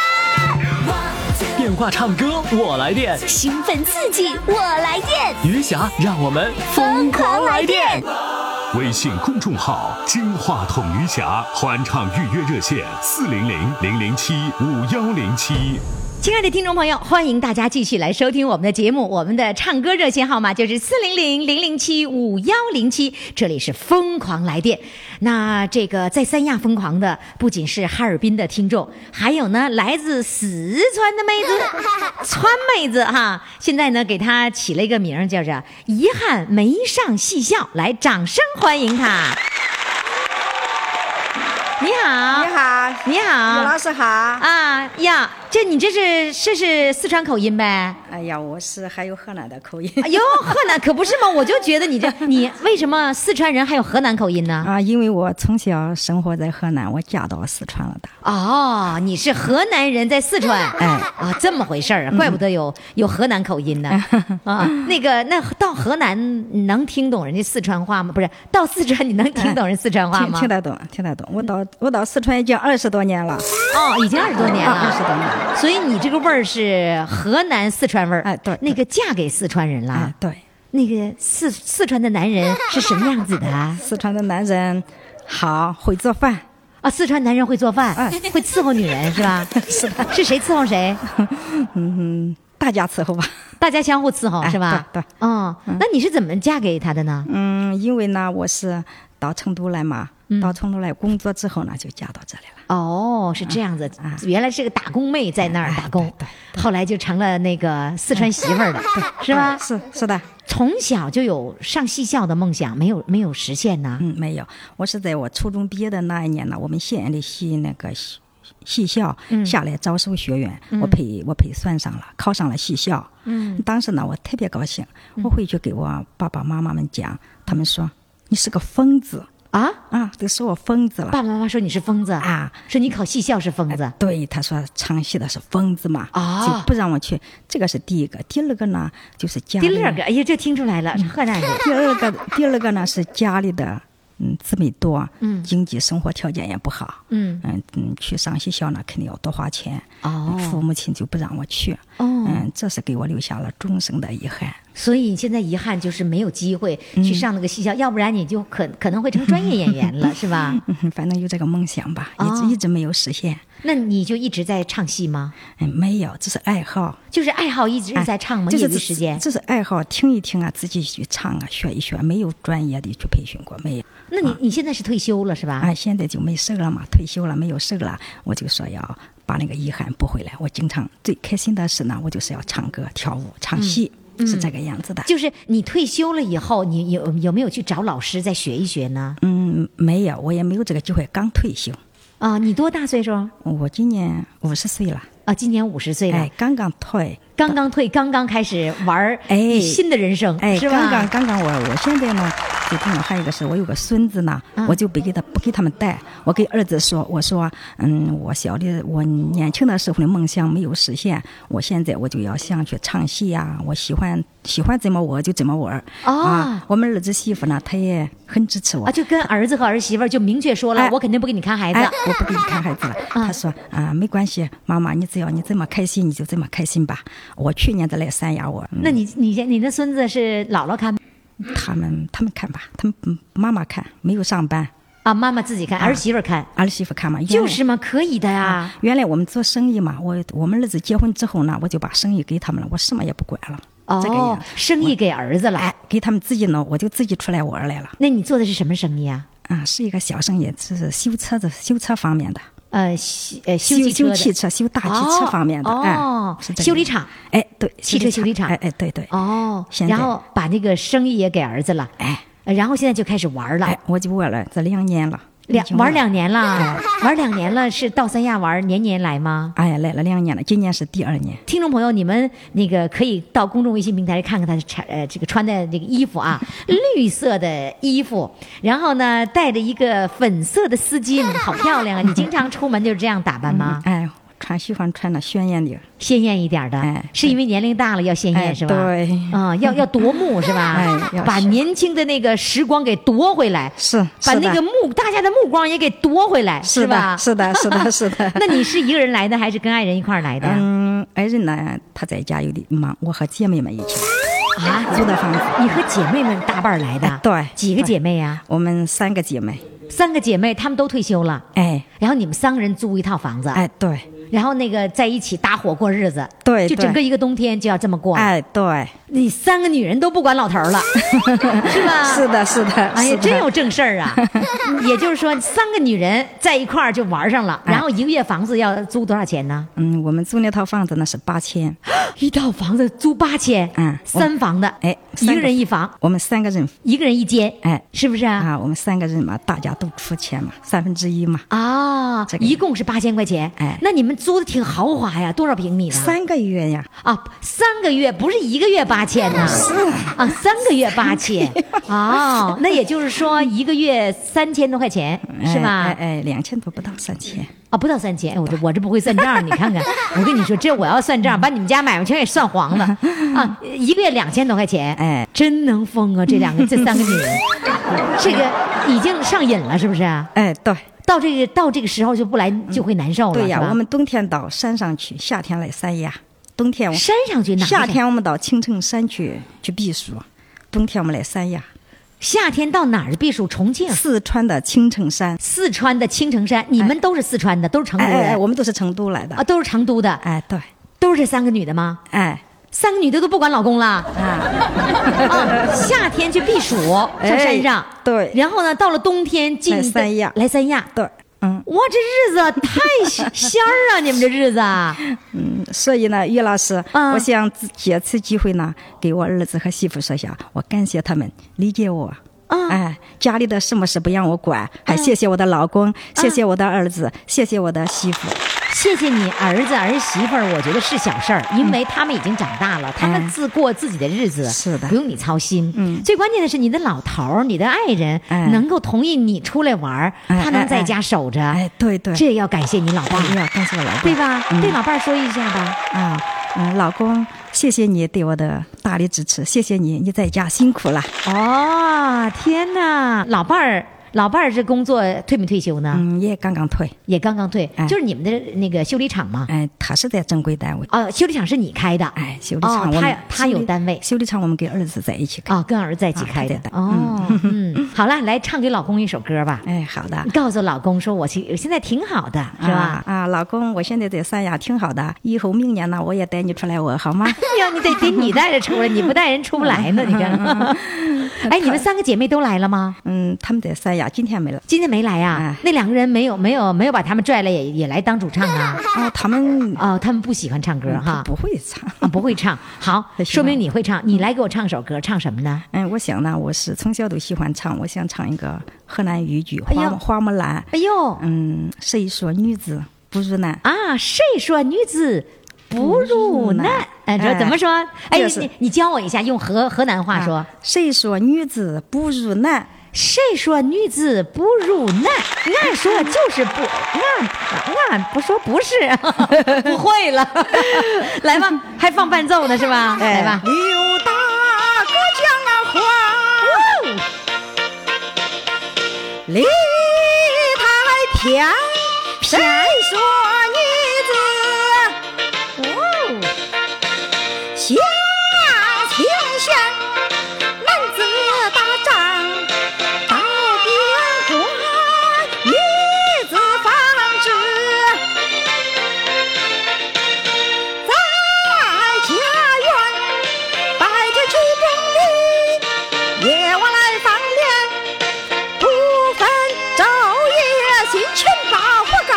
F: 电话唱歌，我来电。
H: 兴奋刺激，我来电，
F: 余霞，让我们
H: 疯狂来电！
I: 微信公众号“金话筒余霞”欢唱预约热线：四零零零零七五幺零七。
B: 亲爱的听众朋友，欢迎大家继续来收听我们的节目。我们的唱歌热线号码就是四零零零零七五幺零七，这里是疯狂来电。那这个在三亚疯狂的不仅是哈尔滨的听众，还有呢来自四川的妹子，川妹子哈。现在呢给她起了一个名儿，叫做“遗憾没上戏校”，来，掌声欢迎她。你好，
J: 你，好，
B: 你好，
J: 于老师好。
B: 啊呀，这你这是这是四川口音呗？
J: 哎呀，我是还有河南的口音
B: 哎呦，河南可不是嘛！我就觉得 你这你为什么四川人还有河南口音呢？
J: 啊，因为我从小生活在河南，我嫁到四川了的。
B: 哦，你是河南人，在四川， 哎啊，这么回事
J: 嗯
B: 儿啊，怪不得有、有河南 口音呢。啊，那个那到河南能听懂人家四川话吗？不是，到四川你能听懂 人四川话
J: 听
B: 吗？
J: 听得懂，听得懂。我到我到四川已经二十多年了，
B: 哦，已经二十多年
J: 二十
B: 了。啊
J: 多年了。
B: 所以你这个味儿是河南四川味儿，
J: 哎对对
B: 那个嫁给四川人了，
J: 哎，对，
B: 那个四四川的男人是什么样子的啊？
J: 四川的男人好，会做饭。
B: 啊，四川男人会做饭，
J: 哎
B: 会伺候女人 是吧？是的，是谁伺候谁？
J: 嗯，大家伺候吧。
B: 大家相互伺候
J: 哎
B: 是吧？
J: 对对嗯
B: 嗯，那你是怎么嫁给他的呢？
J: 嗯，因为呢，我是到成都来嘛，到成都来工作之后呢，就嫁到这里了。嗯啊
B: 哦，是这样子，原来是个打工妹在那
J: 哎
B: 儿打工，后来就成了那个四川媳 妇儿了，是吧？
J: 是是的，
B: 从小就有上戏校的梦想，没有没有实现呢。
J: 嗯，没有，我是在我初中毕业的那一年呢，我们县里戏那个戏戏校下来招收学员，
B: 嗯
J: 我陪我陪算上了，考上了戏校。
B: 嗯
J: 当时呢，我特别高兴，我回去给我爸爸妈妈们讲，他们说你是个疯子
B: 啊
J: 啊，都说我疯子了。
B: 爸爸妈妈说你是疯子
J: 啊，哎
B: 说你考戏校是疯子。
J: 对，他说唱戏的是疯子嘛，
B: 啊
J: 就不让我去。这个是第一个，第二个呢就是家里嗯
B: 第二个，哎呀，这听出来了，是河南人。
J: 第二个，第二个呢是家里的，嗯，姊妹多，
B: 嗯
J: 经济生活条件也不好，
B: 嗯
J: 嗯嗯，去上戏校呢肯定要多花钱，
B: 哦
J: 父母亲就不让我去，
B: 哦
J: 嗯，这是给我留下了终生的遗憾。
B: 所以你现在遗憾就是没有机会
J: 嗯
B: 去上那个戏校，要不然你就可可能会成专业演员 了，是吧？
J: 嗯，反正有这个梦想吧，一直、
B: 哦
J: 一直没有实现。
B: 那你就一直在唱戏吗？
J: 嗯，没有，这是爱好，
B: 就是爱好一直
J: 哎
B: 在唱吗？
J: 这
B: 业
J: 是
B: 余时间？
J: 这是爱好，听一听啊，自己去唱啊，学一学，没有专业的去培训过，没有。
B: 那你你现在是退休了是吧？
J: 啊，现在就没事儿了嘛，退休了没有事儿了，我就说要把那个遗憾补回来。我经常最开心的事呢，我就是要唱歌、跳舞、唱戏，是这个样子的。
B: 嗯就是你退休了以后，你有有没有去找老师再学一学呢？
J: 嗯，没有，我也没有这个机会，刚退休，
B: 啊，你多大岁数？
J: 我今年五十岁了，
B: 啊，今年五十岁了，
J: 哎，刚刚退，
B: 刚刚退，刚刚开始玩儿
J: 哎
B: 新的人生，
J: 哎，
B: 是吧？
J: 刚刚刚刚我我现在呢，就跟我还有一个是，我有个孙子呢，
B: 嗯
J: 我就不给他不给他们带，我给儿子说，我说，嗯，我小的我年轻的时候的梦想没有实现，我现在我就要想去唱戏呀、我喜欢喜欢怎么玩就怎么玩儿。
B: 哦
J: 啊，我们儿子媳妇呢，她也很支持我。
B: 啊，就跟儿子和儿媳妇儿就明确说了，
J: 哎
B: 我肯定不给你看孩子。嗯
J: 哎，我不给你看孩子了。他说啊，没关系，妈妈，你只要你这么开心，你就这么开心吧。我去年的来三亚玩，嗯
B: 那你你你的孙子是姥姥看
J: 他们他们看吧，他们嗯妈妈看，没有上班，
B: 啊，妈妈自己看，儿媳妇儿看，
J: 儿媳妇看嘛，原来啊
B: 就是嘛，可以的呀。
J: 原来我们做生意嘛，我我们儿子结婚之后呢，我就把生意给他们了，我什么也不管了，这个
B: 哦
J: 样，
B: 生意给儿子了
J: 哎。，给他们自己弄，我就自己出来玩儿来了。
B: 那你做的是什么生意啊？
J: 啊，是一个小生意，是修车的，修车方面的，
B: 呃，修呃修
J: 修
B: 汽车的
J: 汽车、修大汽车方面的，
B: 哦
J: 哎
B: 哦
J: 是这个
B: 修理厂，
J: 哎，对，
B: 汽车修理厂
J: 哎哎，对对，
B: 哦，
J: 现在
B: 然后把那个生意也给儿子了，
J: 哎
B: 呃然后现在就开始玩了
J: 哎，，我就玩了这两年了，
B: 两
J: 已经
B: 玩。两年了，玩两年了，是到三亚玩，年年来吗？
J: 哎呀，来了两年了，今年是第二年。
B: 听众朋友，你们那个可以到公众微信平台看看他穿呃这个穿的这个衣 服啊，绿色的衣服，然后呢戴着一个粉色的 丝巾，好漂亮啊！你经常出门就是这样打扮吗？
J: 哎，穿喜欢穿那鲜艳的，
B: 鲜艳一点的
J: 哎，
B: 是因为年龄大了要鲜艳
J: 哎
B: 是吧？
J: 对
B: 啊，要要夺目是 吧
J: 哎？要
B: 把年轻的那个时光给夺回来，
J: 是
B: 把
J: 是的
B: 那个目大家的目光也给夺回来，
J: 是
B: 吧？
J: 的，是 的，是的，是的。
B: 那你是一个人来的，还是跟爱人一块儿来的呀？
J: 嗯，爱人呢，他在家有点忙，我和姐妹们一起
B: 啊，
J: 租的房子。
B: 你和姐妹们搭伴儿来的
J: 哎？ 对
B: 几个
J: 对
B: 姐妹呀？
J: 我们三个姐妹，
B: 三个姐妹，她们都退休了，
J: 哎
B: 然后你们三个人租一套房子，
J: 哎，对，
B: 然后那个在一起搭伙过日子，
J: 对
B: 就
J: 对
B: 整个一个冬天就要这么过。
J: 哎对，
B: 你三个女人都不管老 头儿了，是吧？
J: 是的，是的，
B: 哎呀
J: 是，的
B: 真有正事儿啊！ 也就是说，三个女人在一块儿就玩上了，然后一个月房子要租多少钱呢？
J: 哎嗯，我们租那套房子呢是八千，
B: 一套房子租八千，
J: 嗯
B: 三房的，
J: 哎
B: 一
J: 三个
B: 个人一房，
J: 我们三个人，
B: 一个人一间，
J: 哎
B: 是不是啊？
J: 啊，我们三个人嘛，大家都出钱嘛，三分之一嘛，
B: 啊，
J: 这个
B: 一共是八千块钱，
J: 哎
B: 那你们租的挺豪华呀，多少平米呢？
J: 三个月呀，
B: 啊，三个月不是一个月八千呐，啊，三个月八千，哦，那也就是说一个月三千多块钱
J: 嗯哎
B: 是吧？
J: 哎哎，两千多不到三千，
B: 啊，不到三千，哎我这我这不会算账，你 看看，我跟你说，这我要算账，把你们家买卖全给算黄了啊！一个月两千多块钱，
J: 哎，
B: 真能疯啊！这两个这三个女人，这个已经上瘾了，是不是？啊
J: 哎对
B: 到这个到这个时候就不来就会难受了，
J: 对
B: 是
J: 呀，
B: 吧
J: 我们冬天到山上去，夏天来三亚，冬天我
B: 山上去哪个
J: 夏
B: 山
J: 天我们到青城山去去避暑，冬天我们来三亚，
B: 夏天到哪儿避暑？重庆、
J: 四川的青城山，
B: 四川的青城山，你们都是四川的，都是成都
J: 哎哎哎，
B: 人
J: 我们都是成都来的
B: 啊，，都是成都的，
J: 哎对，
B: 都是这三个女的吗？
J: 哎，
B: 三个女的都不管老公了啊、 哦夏天去避暑，
A: 哎
B: 上山
J: 哎
B: 上、对，然后呢，到了冬天进
A: 来三
B: 亚，来三亚，对，嗯，哇，这日子 太喜仙 儿啊！你们这日子啊，嗯
A: 嗯，所以呢，于老师，我想借此机会呢，给我儿子和媳妇说一下，我感谢他们理解我。
B: 嗯
A: 哎，家里的什么事不让我管，还谢谢我的老公，谢
B: 嗯
A: 谢我的儿子，谢谢我的媳妇。
B: 谢谢你儿子儿媳妇儿，我觉得是小事儿，因为他们已经长大了，他们自过自己的日子，嗯是的，不用你操心。嗯，最关键的是你的老头儿、你的爱人能够同意你出来玩儿，他能在家守着。哎，
A: 对对，哎
B: 这要感谢你老伴儿，
A: 要感谢我老伴儿
B: 对吧？
A: 嗯
B: 对老伴儿说一下吧。
A: 啊，嗯，老公，谢谢你对我的大力支持，谢谢你，你在家辛苦了。
B: 哦，天哪，老伴儿。老伴儿这工作退没退休呢？
A: 嗯，也刚刚退，
B: 也刚刚退，就是你们的那个修理厂嘛。
A: 哎，他是在正规单位。
B: 哦，修理厂是你开的。
A: 哎，修理厂
B: 哦
A: 我们
B: 他他有单位。
A: 修理厂我们跟儿子在一起开。啊
B: 哦，跟儿子在一起开的。哦，嗯， 好了，来唱给老公一首歌吧。
A: 哎，好的。
B: 告诉老公说，我其我现在挺好的，是吧？
A: 啊？啊，老公，我现在在三亚挺好的，以后明年呢，我也带你出来玩，好 吗？
B: 哎呀，你得得你带着出来，你不带人出不来呢。你看，哎，你们三个姐妹都来了吗？
A: 嗯，她们在三亚，今天 没来。哎
B: 今天没来呀？那两个人没有没有没有把他们拽来也也来当主唱啊？
A: 啊，他们
B: 哦，他们不喜欢唱歌
A: 嗯
B: 哈，
A: 不会唱
B: 啊，不会唱。好，说明你会唱，你来给我唱首歌，唱什么呢？
A: 嗯，我想呢，我是从小都喜欢唱，我想唱一个河南豫剧《花、花木兰》。
B: 哎呦，
A: 嗯，谁说女子不如男？
B: 啊，谁说女子不入难？哎，这怎么说？哎，
A: 就是
B: 你你教我一下，用河河南话说。
A: 谁说女子不入男？
B: 谁说女子不入男？俺说就是不，俺俺不说不是， 不会 了。来吧，还放伴奏呢是吧？来吧。
A: 刘哎大哥讲
B: 啊花。
A: 离太偏，谁说女子下天下，男子打仗到边关，女子防止在家园，摆着去耕地，夜晚来放粮。不分昼夜，辛勤把活干。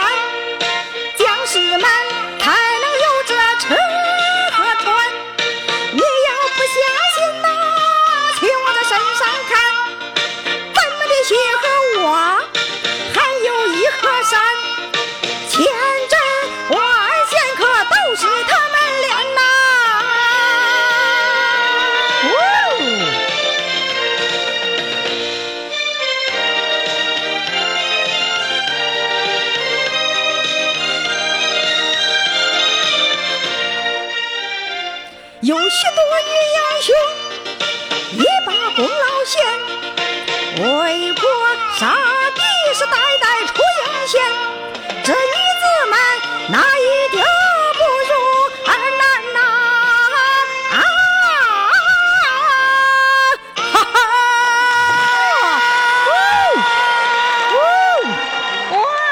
A: 将士们才能有这吃和穿。你要不相信呐、请往这身上看，咱们的血和我还有一河山，千针万线可都是他们连呐、有许多女英雄也把功劳献，为国杀敌是代代出英贤。这女子们哪一点儿不如儿男呐？啊！哈哈！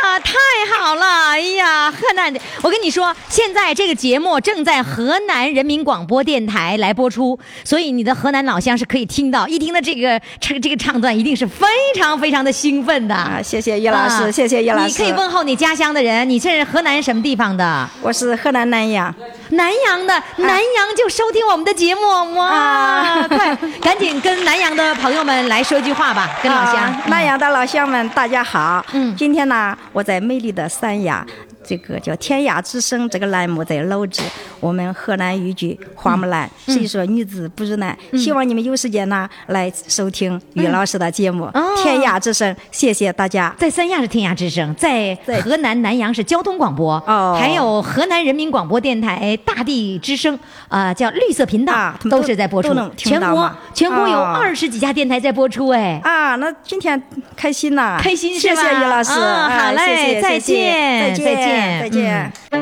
B: 哇，太好了！哎呀，河南的，我跟你说，现在这个节目正在河南人民广播电台来播出，所以你的河南老乡是可以听到。一听到这个这个这个唱段，一定是非常非常的兴奋的。啊、
A: 谢谢叶老师谢谢叶老
B: 你
A: 师
B: 可以问候你家乡的人，你是河南什么地方的？
A: 我是河南南阳，啊
B: 南阳的，南阳就收听我们的节目，哇！
A: 啊
B: 快，赶紧跟南阳的朋友们来说句话吧，跟老乡。嗯
A: 啊南阳的老乡们，大家好。嗯，今天呢，我在美丽的三亚，这个叫“天涯之声”这个栏目在录制我们河南豫剧《花木兰》，
B: 嗯
A: 谁说女子不如男？希望你们有时间呢来收听于
B: 嗯
A: 老师的节目
B: 哦
A: 《天涯之声》，谢谢大家。
B: 在三亚是天涯之声，在河南南阳是交通广播，哦还有河南人民广播电台大地之声，啊，叫绿色频道，
A: 他们
B: 都
A: 都
B: 是在播出
A: 都能。听
B: 全
A: 到
B: 国
A: 吗
B: 全国有
A: 哦
B: 二十几家电台在播出，哎，
A: 啊，那今天开心呐，
B: 开心是
A: 谢
B: 吧？
A: 谢于老师，
B: 啊
A: 哎
B: 好
A: 谢
B: 嘞，
A: 谢谢
B: 再
A: 谢
B: 见，嗯
A: 再见，
B: 再
A: 再见。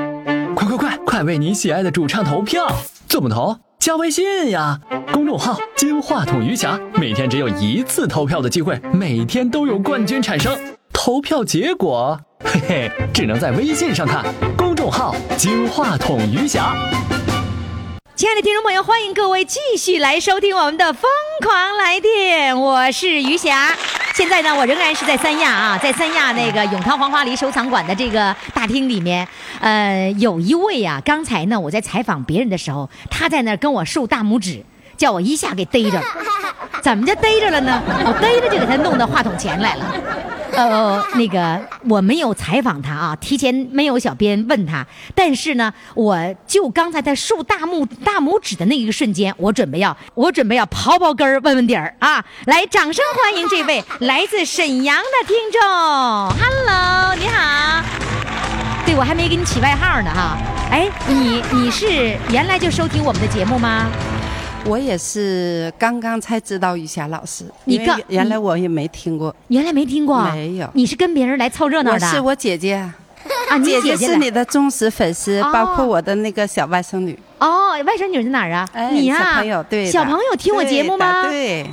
F: 快快快，快为你喜爱的主唱投票！怎么投？加微信呀，公众号“金话筒余霞”，每天只有一次投票的机会，每天都有冠军产生。投票结果，嘿嘿，只能在微信上看。公众号“金话筒余霞”。
B: 亲爱的听众朋友，欢迎各位继续来收听我们的《疯狂来电》，我是余霞。现在呢，我仍然是在三亚啊，在三亚那个永康黄花梨收藏馆的这个大厅里面，呃，有一位啊，刚才呢我在采访别人的时候，他在那儿跟我竖大拇指，叫我一下给逮着了，怎么就逮着了呢？我逮着就给他弄到话筒前来了。呃，那个我没有采访他啊，提前没有小编问他，但是呢，我就刚才他竖大拇大拇指的那一个瞬间，我准备要我准备要刨刨根儿问问底儿啊！来，掌声欢迎这位来自沈阳的听众，Hello，你好。对，我还没给你起外号呢哈。哎，你你是原来就收听我们的节目吗？
K: 我也是刚刚才知道雨霞老师，
B: 你
K: 因为
B: 刚
K: 原来
B: 你
K: 我也没听过，
B: 原来没听过啊
K: 没有，
B: 你是跟别人来凑热闹的
K: 我是我姐姐啊，
B: 啊你姐姐
K: 是
B: 来
K: 你的忠实粉丝，
B: 哦
K: 包括我的那个小外甥女，
B: 哦，外甥女在哪儿啊？
K: 哎
B: 你呀、
K: 小朋友对的
B: 小朋友听我节目吗？
K: 对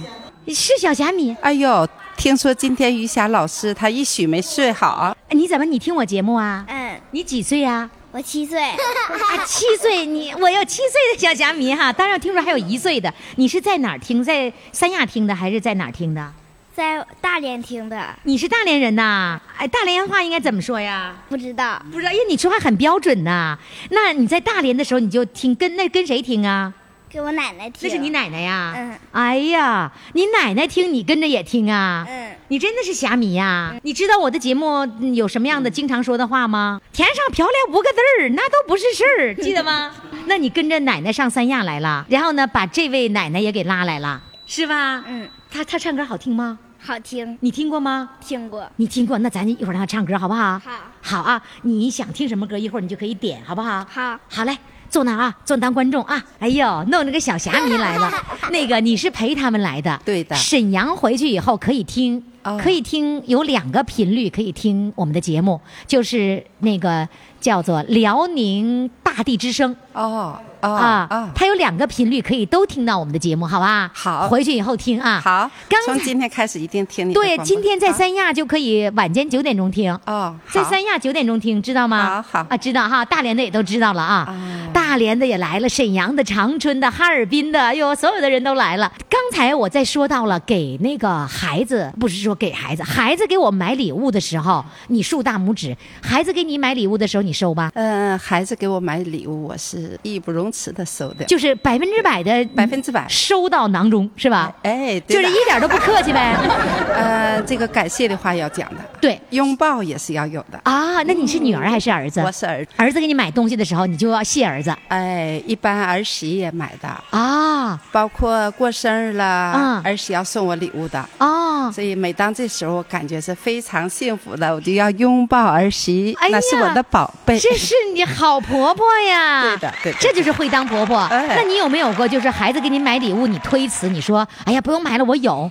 K: 的
B: 是小霞米。
K: 哎呦，听说今天雨霞老师她一宿没睡好，
B: 哎你怎么你听我节目啊？嗯，你几岁呀、
L: 我七岁，
B: 啊，七岁，你我有七岁的小霞迷哈，当然我听说还有一岁的。你是在哪儿听？在三亚听的还是在哪儿听的？
L: 在大连听的，
B: 你是大连人呐？哎，大连话应该怎么说呀？
L: 不知道
B: 不知道，因为你说话很标准呐、那你在大连的时候，你就听跟那跟谁听啊？
L: 给我奶奶听。
B: 那是你奶奶呀？
L: 嗯。
B: 哎呀，你奶奶听，你跟着也听啊？
L: 嗯。
B: 你真的是侠迷呀、你知道我的节目嗯有什么样的经常说的话吗？填上漂亮五个字儿，那都不是事儿，记 得吗？那你跟着奶奶上三亚来了，然后呢，把这位奶奶也给拉来了，是吧？嗯。她她唱歌好听吗？
L: 好听，
B: 你听过吗？
L: 听过。
B: 你听过，那咱一会儿让她唱歌好不好？
L: 好。
B: 好啊，你想听什么歌，一会儿你就可以点，好不好？好。好嘞，坐那儿啊，坐那儿当观众啊。哎呦，弄着个小侠迷来 了。那个你是陪他们来的，对的。沈阳回去以后可以听，
K: 哦
B: 可以听有两个频率可以听我们的节目，就是那个叫做辽宁大地之声。
K: 哦
B: 啊，它有两个频率可以都听到我们的节目，好吧？好，回去以后听啊。好，刚
K: 从
B: 才
K: 今天开始一定听你的广
B: 对，
K: 播
B: 今天在三亚就可以晚间九点钟听。
K: 啊哦，
B: 在三亚九点钟听，知道吗？好好啊，知道哈。大连的也都知道了啊，大连的也来了，沈阳的、长春的、哈尔滨的，哎呦，所有的人都来了。刚才我在说到了给那个孩子，不是说给孩子，孩子给我买礼物的时候，你竖大拇指；孩子给你买礼物的时候，你收吧。
K: 嗯、孩子给我买礼物，我是义不容辞的收的，
B: 就是百分之百的，百分之百收到囊中，是吧？
K: 哎，
B: 就
K: 对
B: 是
K: 的
B: 一点都不客气呗。
K: 呃，这个感谢的话要讲的，
B: 对，
K: 拥抱也是要有的。
B: 啊，那你是女儿还是儿子？
K: 我是儿子。
B: 儿子给你买东西的时候，你就要谢儿子。
K: 哎，一般儿媳也买的
B: 啊，
K: 包括过生日了，
B: 嗯
K: 儿媳要送我礼物的
B: 哦。
K: 所以每当这时候，我感觉是非常幸福的，我就要拥抱儿媳，那是我的宝贝。
B: 哎这是你好婆婆呀！对
K: 的，对的哎
B: 这就是会当婆婆。那你有没有过，就是孩子给你买礼物，你推辞，你说：“哎呀，不用买了，我有。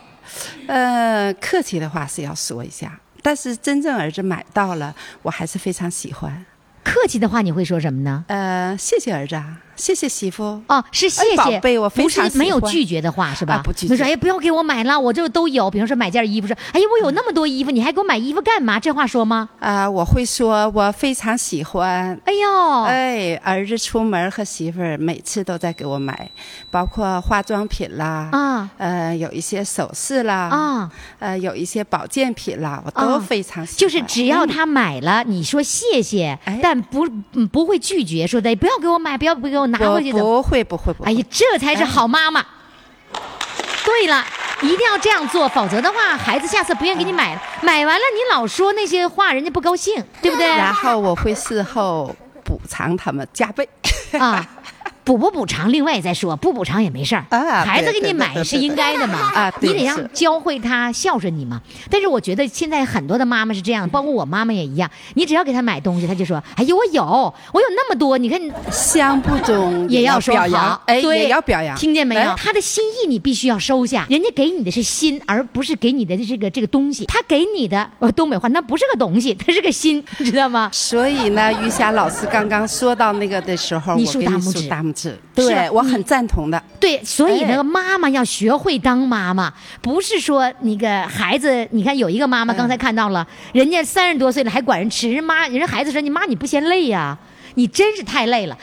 K: 呃，客气的话是要说一下，但是真正儿子买到了，我还是非常喜欢。”
B: 客气的话，你会说什么呢？
K: 呃，谢谢儿子啊，谢谢媳妇。
B: 哦，是谢谢，
K: 哎宝贝，我非
B: 不是
K: 常喜欢
B: 没有拒绝的话是吧？
K: 啊不拒
B: 没说哎，
K: 绝。
B: 不要给我买了，我这都有。比方说买件衣服，说哎呀，我有那么多衣服，你还给我买衣服干嘛？这话说吗？
K: 啊、我会说，我非常喜欢。
B: 哎呦，
K: 哎，儿子出门和媳妇儿每次都在给我买，包括化妆品啦，
B: 啊，
K: 呃，有一些首饰啦，
B: 啊，
K: 呃，有一些保健品啦，我都
B: 啊
K: 非常喜欢。
B: 就是只要他买了，你说谢谢，
K: 哎
B: 但不嗯不会拒绝，说的不要给我买，不要不给我拿回去的。
K: 我不会不会不会。哎
B: 哎呀，这才是好妈妈。对了，一定要这样做，否则的话，孩子下次不愿意给你买了，买完了你老说那些话，人家不高兴，对不对？
K: 然后我会事后补偿他们加倍。
B: 啊，补不补偿另外再说，不补偿也没事儿。
K: 啊
B: 孩子
K: 对
B: 给
K: 对
B: 你买
K: 对
B: 是
K: 对
B: 应该的嘛。
K: 啊对
B: 你得
K: 是
B: 让教会他孝顺你嘛。但是我觉得现在很多的妈妈是这样，包括我妈妈也一样。你只要给他买东西，他就说：“哎呀，我有，我有那么多。”你看，
K: 相不中
B: 也
K: 也要
B: 说
K: 表扬
B: 好，
K: 哎
B: 对
K: 也要表扬
B: 听见没有
K: 哎？
B: 他的心意你必须要收下，人家给你的是心，而不是给你的这个这个东西。他给你的，呃，东北话那不是个东西， 它是个心，你知道吗？
K: 所以呢，于霞老师刚刚说到那个的时候，
B: 你
K: 哦我
B: 竖
K: 给
B: 大
K: 你
B: 拇
K: 竖
B: 指
K: 大拇指，
B: 是吧
K: 对我
B: 你
K: 很赞同的。
B: 对，所以那
K: 哎
B: 个妈妈要学会当妈妈，不是说那个孩子，你看有一个
K: 嗯
B: 妈妈刚才看到了，人家三十多岁了还管人吃，人妈人家孩子说你妈你不嫌累呀、你真是太 累了。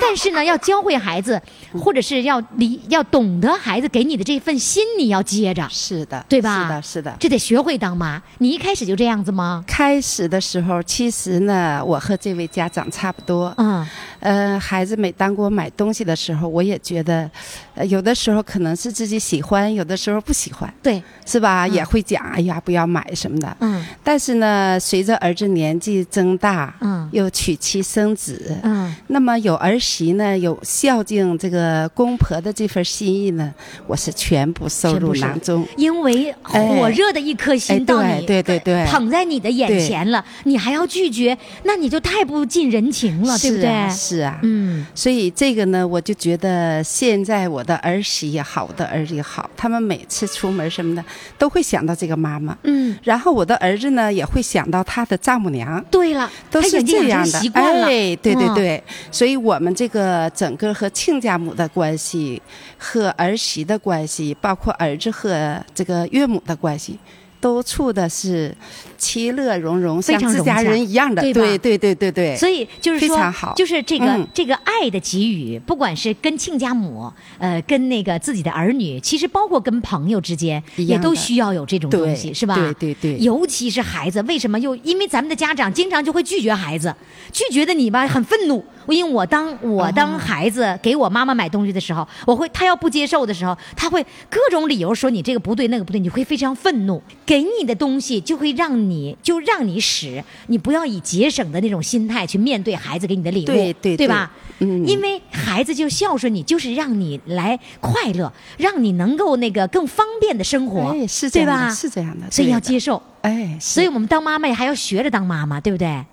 B: 但是呢，要教会孩子，或者是要理要懂得孩子给你的这份心，你要接着，
K: 是的，
B: 对吧？
K: 是的，是的。
B: 这得学会当妈。你一开始就这样子吗？
K: 开始的时候，其实呢，我和这位家长差不多。
B: 嗯，
K: 呃，孩子每当给我买东西的时候，我也觉得，呃有的时候可能是自己喜欢，有的时候不喜欢，
B: 对，
K: 是吧？也会讲，哎呀，不要买什么的。
B: 嗯，
K: 但是呢，随着儿子年纪增大，
B: 嗯
K: 又娶妻生子，
B: 嗯，
K: 那么有儿媳呢，有孝敬这个公婆的这份心意呢，我是全部收入囊中。
B: 因为火热的一颗
K: 哎
B: 心到你、
K: 哎对对对对
B: 捧在你的眼前了，你还要拒绝，那你就太不近人情了，对不
K: 是
B: 对？
K: 啊是啊，
B: 嗯，
K: 所以这个呢，我就觉得现在我的儿媳也好，我的儿子也好，他们每次出门什么的都会想到这个妈妈，
B: 嗯，
K: 然后我的儿子呢也会想到他的丈母娘，
B: 对了，
K: 都
B: 他
K: 是
B: 已经
K: 这
B: 养
K: 样
B: 成
K: 的
B: 习惯了，
K: 哎，对对
B: 嗯
K: 对，所以我们这个整个和亲家母的关系、和儿媳的关系，包括儿子和这个岳母的关系。都处的是其乐融融，
B: 非
K: 像
B: 常
K: 自
B: 融
K: 家
B: 洽
K: 人一样的，
B: 对吧
K: 对对对对对。
B: 所以就是
K: 非
B: 说，
K: 常好，
B: 就是这个、
K: 嗯
B: 这个爱的给予，不管是跟亲家母，呃，跟那个自己的儿女，其实包括跟朋友之间，
K: 一
B: 也
K: 样的
B: 都需要有这种东西，
K: 对
B: 是吧？
K: 对对对
B: 尤其是孩子，为什么又因为咱们的家长经常就会拒绝孩子，拒绝的你吧很愤怒。因为我当我当孩子给我妈妈买东西的时候，我会她要不接受的时候，她会各种理由说你这个不对那个不对，你会非常愤怒。给你的东西就会让你就让你使，你不要以节省的那种心态去面对孩子给你的礼物，
K: 对对
B: 对吧？
K: 对嗯
B: 因为孩子就孝顺你，就是让你来快乐，让你能够那个更方便的生活，
K: 哎是这
B: 对
K: 样的
B: 吧？
K: 是这样的
B: 所以
K: 对
B: 要
K: 的
B: 接受。
K: 哎，
B: 所以我们当妈妈也还要学着当妈妈，对不对？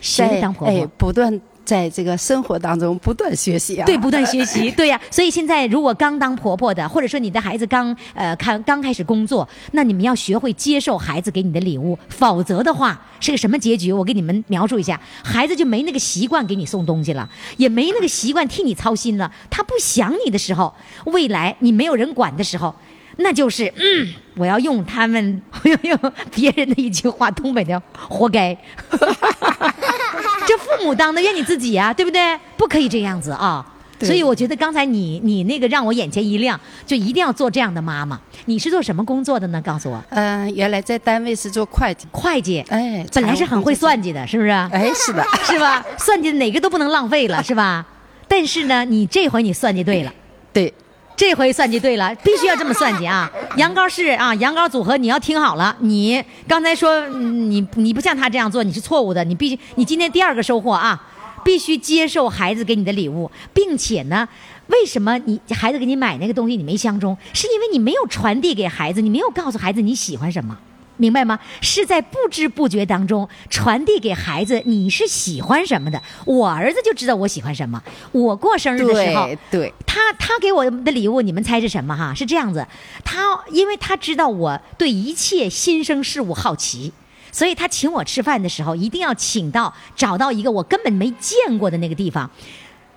B: 学
K: 在
B: 着当婆婆。
K: 哎，不断在这个生活当中不断学习啊，
B: 对，不断 学习，对呀、所以现在如果刚当婆婆的，或者说你的孩子刚呃看刚开始工作，那你们要学会接受孩子给你的礼物，否则的话是个什么结局？我给你们描述一下，孩子就没那个习惯给你送东西了，也没那个习惯替你操心了。他不想你的时候，未来你没有人管的时候。那就是，嗯，我要用他们， 我要用别人的一句话，东北的，活该。 这父母当的怨你自己啊，对不对？不可以这样子啊。
K: 对
B: 所以我觉得刚才你你那个让我眼前一亮，就一定要做这样的妈妈。你是做什么工作的呢？告诉我。
K: 嗯、原来在单位是做会计，
B: 会计，
K: 哎，
B: 本来是很会算计的，是不是？哎，
K: 是的，
B: 是吧？算计哪个都不能浪费了，是吧？但是呢，你这回你算计对了，
K: 对，
B: 这回算计对了，必须要这么算计啊！羊羔是啊，羊羔组合你要听好了，你刚才说嗯你你不像他这样做，你是错误的，你必须你今天第二个收获啊，必须接受孩子给你的礼物，并且呢。为什么你孩子给你买那个东西你没相中？是因为你没有传递给孩子，你没有告诉孩子你喜欢什么。明白吗？是在不知不觉当中传递给孩子你是喜欢什么的。我儿子就知道我喜欢什么。我过生日的时候
K: 对，对，
B: 他他给我的礼物，你们猜是什么哈？是这样子，他因为他知道我对一切新生事物好奇。所以他请我吃饭的时候，一定要请到找到一个我根本没见过的那个地方。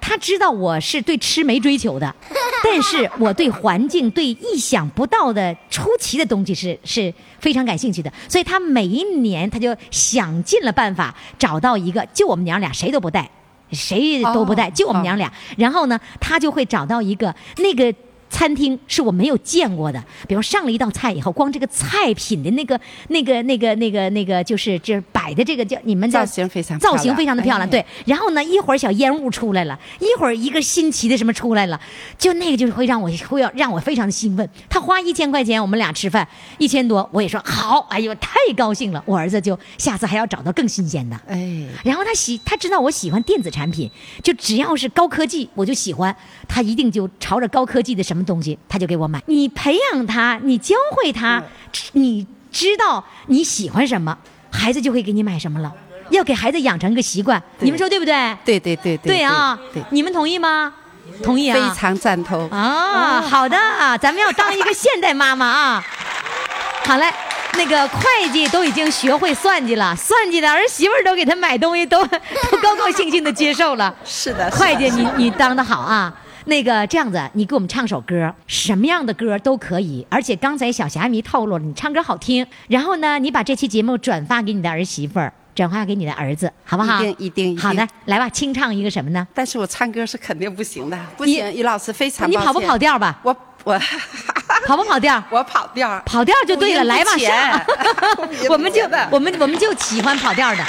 B: 他知道我是对吃没追求的，但是我对环境、对意想不到的出奇的东西是是非常感兴趣的，所以他每一年他就想尽了办法找到一个，就我们娘俩谁都不带，谁都不带，
K: 哦
B: 就我们娘俩。然后呢，他就会找到一个那个。餐厅是我没有见过的，比如上了一道菜以后，光这个菜品的那个、那个、那个、那个、那个，就是这摆的这个叫你们叫
K: 造型非常漂
B: 造
K: 亮
B: 型非常的漂亮，
K: 哎
B: 对。然后呢，一会儿小烟雾出来了，一会儿一个新奇的什么出来了，就那个就是会让我会要让我非常的兴奋。他花一千块钱，我们俩吃饭一千多，我也说好，哎呦太高兴了。我儿子就下次还要找到更新鲜的，
K: 哎，
B: 然后他喜他知道我喜欢电子产品，就只要是高科技我就喜欢，他一定就朝着高科技的什么东西他就给我买。你培养他，你教会他，你知道你喜欢什么，孩子就会给你买什么了。要给孩子养成一个习惯，你们说对不对？
K: 对对对对
B: 对啊
K: 对对，
B: 你们同意吗？同意啊，
K: 非常赞同
B: 啊，好的啊，咱们要当一个现代妈妈啊。好嘞，那个会计都已经学会算计了，算计的儿媳妇儿都给他买东西都 都高高兴兴的接受了。
K: 是的，是的
B: 会计
K: 是
B: 你
K: 的
B: 你当的好啊。那个这样子，你给我们唱首歌，什么样的歌都可以。而且刚才小霞迷透露了，你唱歌好听。然后呢，你把这期节目转发给你的儿媳妇儿，
M: 转化给你的儿子，好不好？
K: 一定一定一定
M: 好的，来吧，清唱一个什么呢？
K: 但是我唱歌是肯定不行的，不行，于老师非常
M: 你
K: 抱
M: 跑不
K: 歉
M: 跑调吧？
K: 我我
M: 跑不跑调？
K: 我跑调，
M: 跑调就对了，
K: 五音不
M: 来吧，
K: 全
M: 上
K: 音不
M: 我们就
K: 全的
M: 我们我们就喜欢跑调的。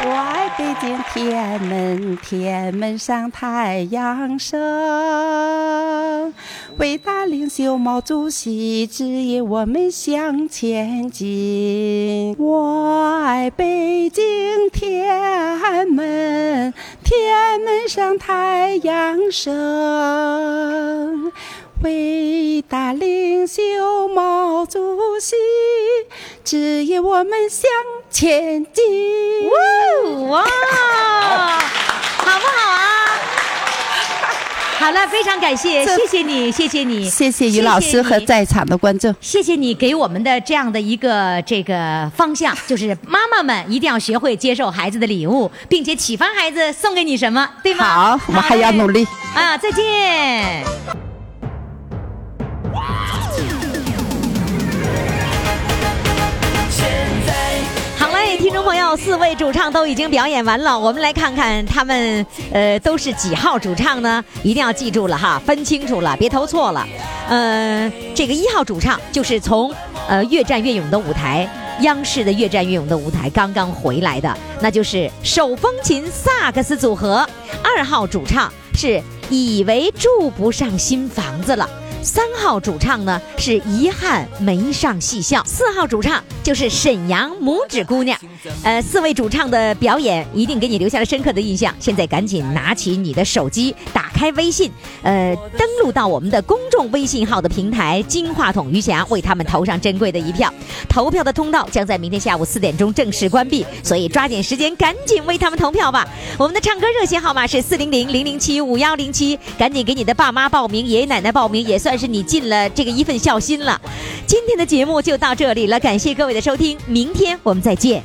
K: 我爱北京天安门，天安门上太阳升。伟大领袖毛主席指引我们向前进。我爱北京天安门，天安门上太阳升。伟大领袖毛主席指引我们向前进。
M: 哇！好不好啊？好了，非常感谢，谢谢你，谢谢你，
K: 谢谢于老师和
M: 你
K: 在场的观众。
M: 谢谢你给我们的这样的一个这个方向，就是妈妈们一定要学会接受孩子的礼物，并且启发孩子送给你什么，对吗？
K: 好，我还要努力。
M: 啊，再见。
B: 好嘞，听众朋友，四位主唱都已经表演完了，我们来看看他们呃都是几号主唱呢？一定要记住了哈，分清楚了，别投错了。呃，这个一号主唱就是从呃越战越勇的舞台。央视的《越战越勇》的舞台刚刚回来的，那就是手风琴萨克斯组合。二号主唱是以为住不上新房子了。三号主唱呢是遗憾没上戏校，四号主唱就是沈阳拇指姑娘，呃，四位主唱的表演一定给你留下了深刻的印象。现在赶紧拿起你的手机，打开微信，呃，登录到我们的公众微信号的平台“金话筒余霞”，为他们投上珍贵的一票。投票的通道将在明天下午四点钟正式关闭，所以抓紧时间，赶紧为他们投票吧。我们的唱歌热线号码是四零零零零七五幺零七，赶紧给你的爸妈报名，爷爷奶奶报名，也算是你尽了这个一份孝心了。今天的节目就到这里了，感谢各位的收听，明天我们再见。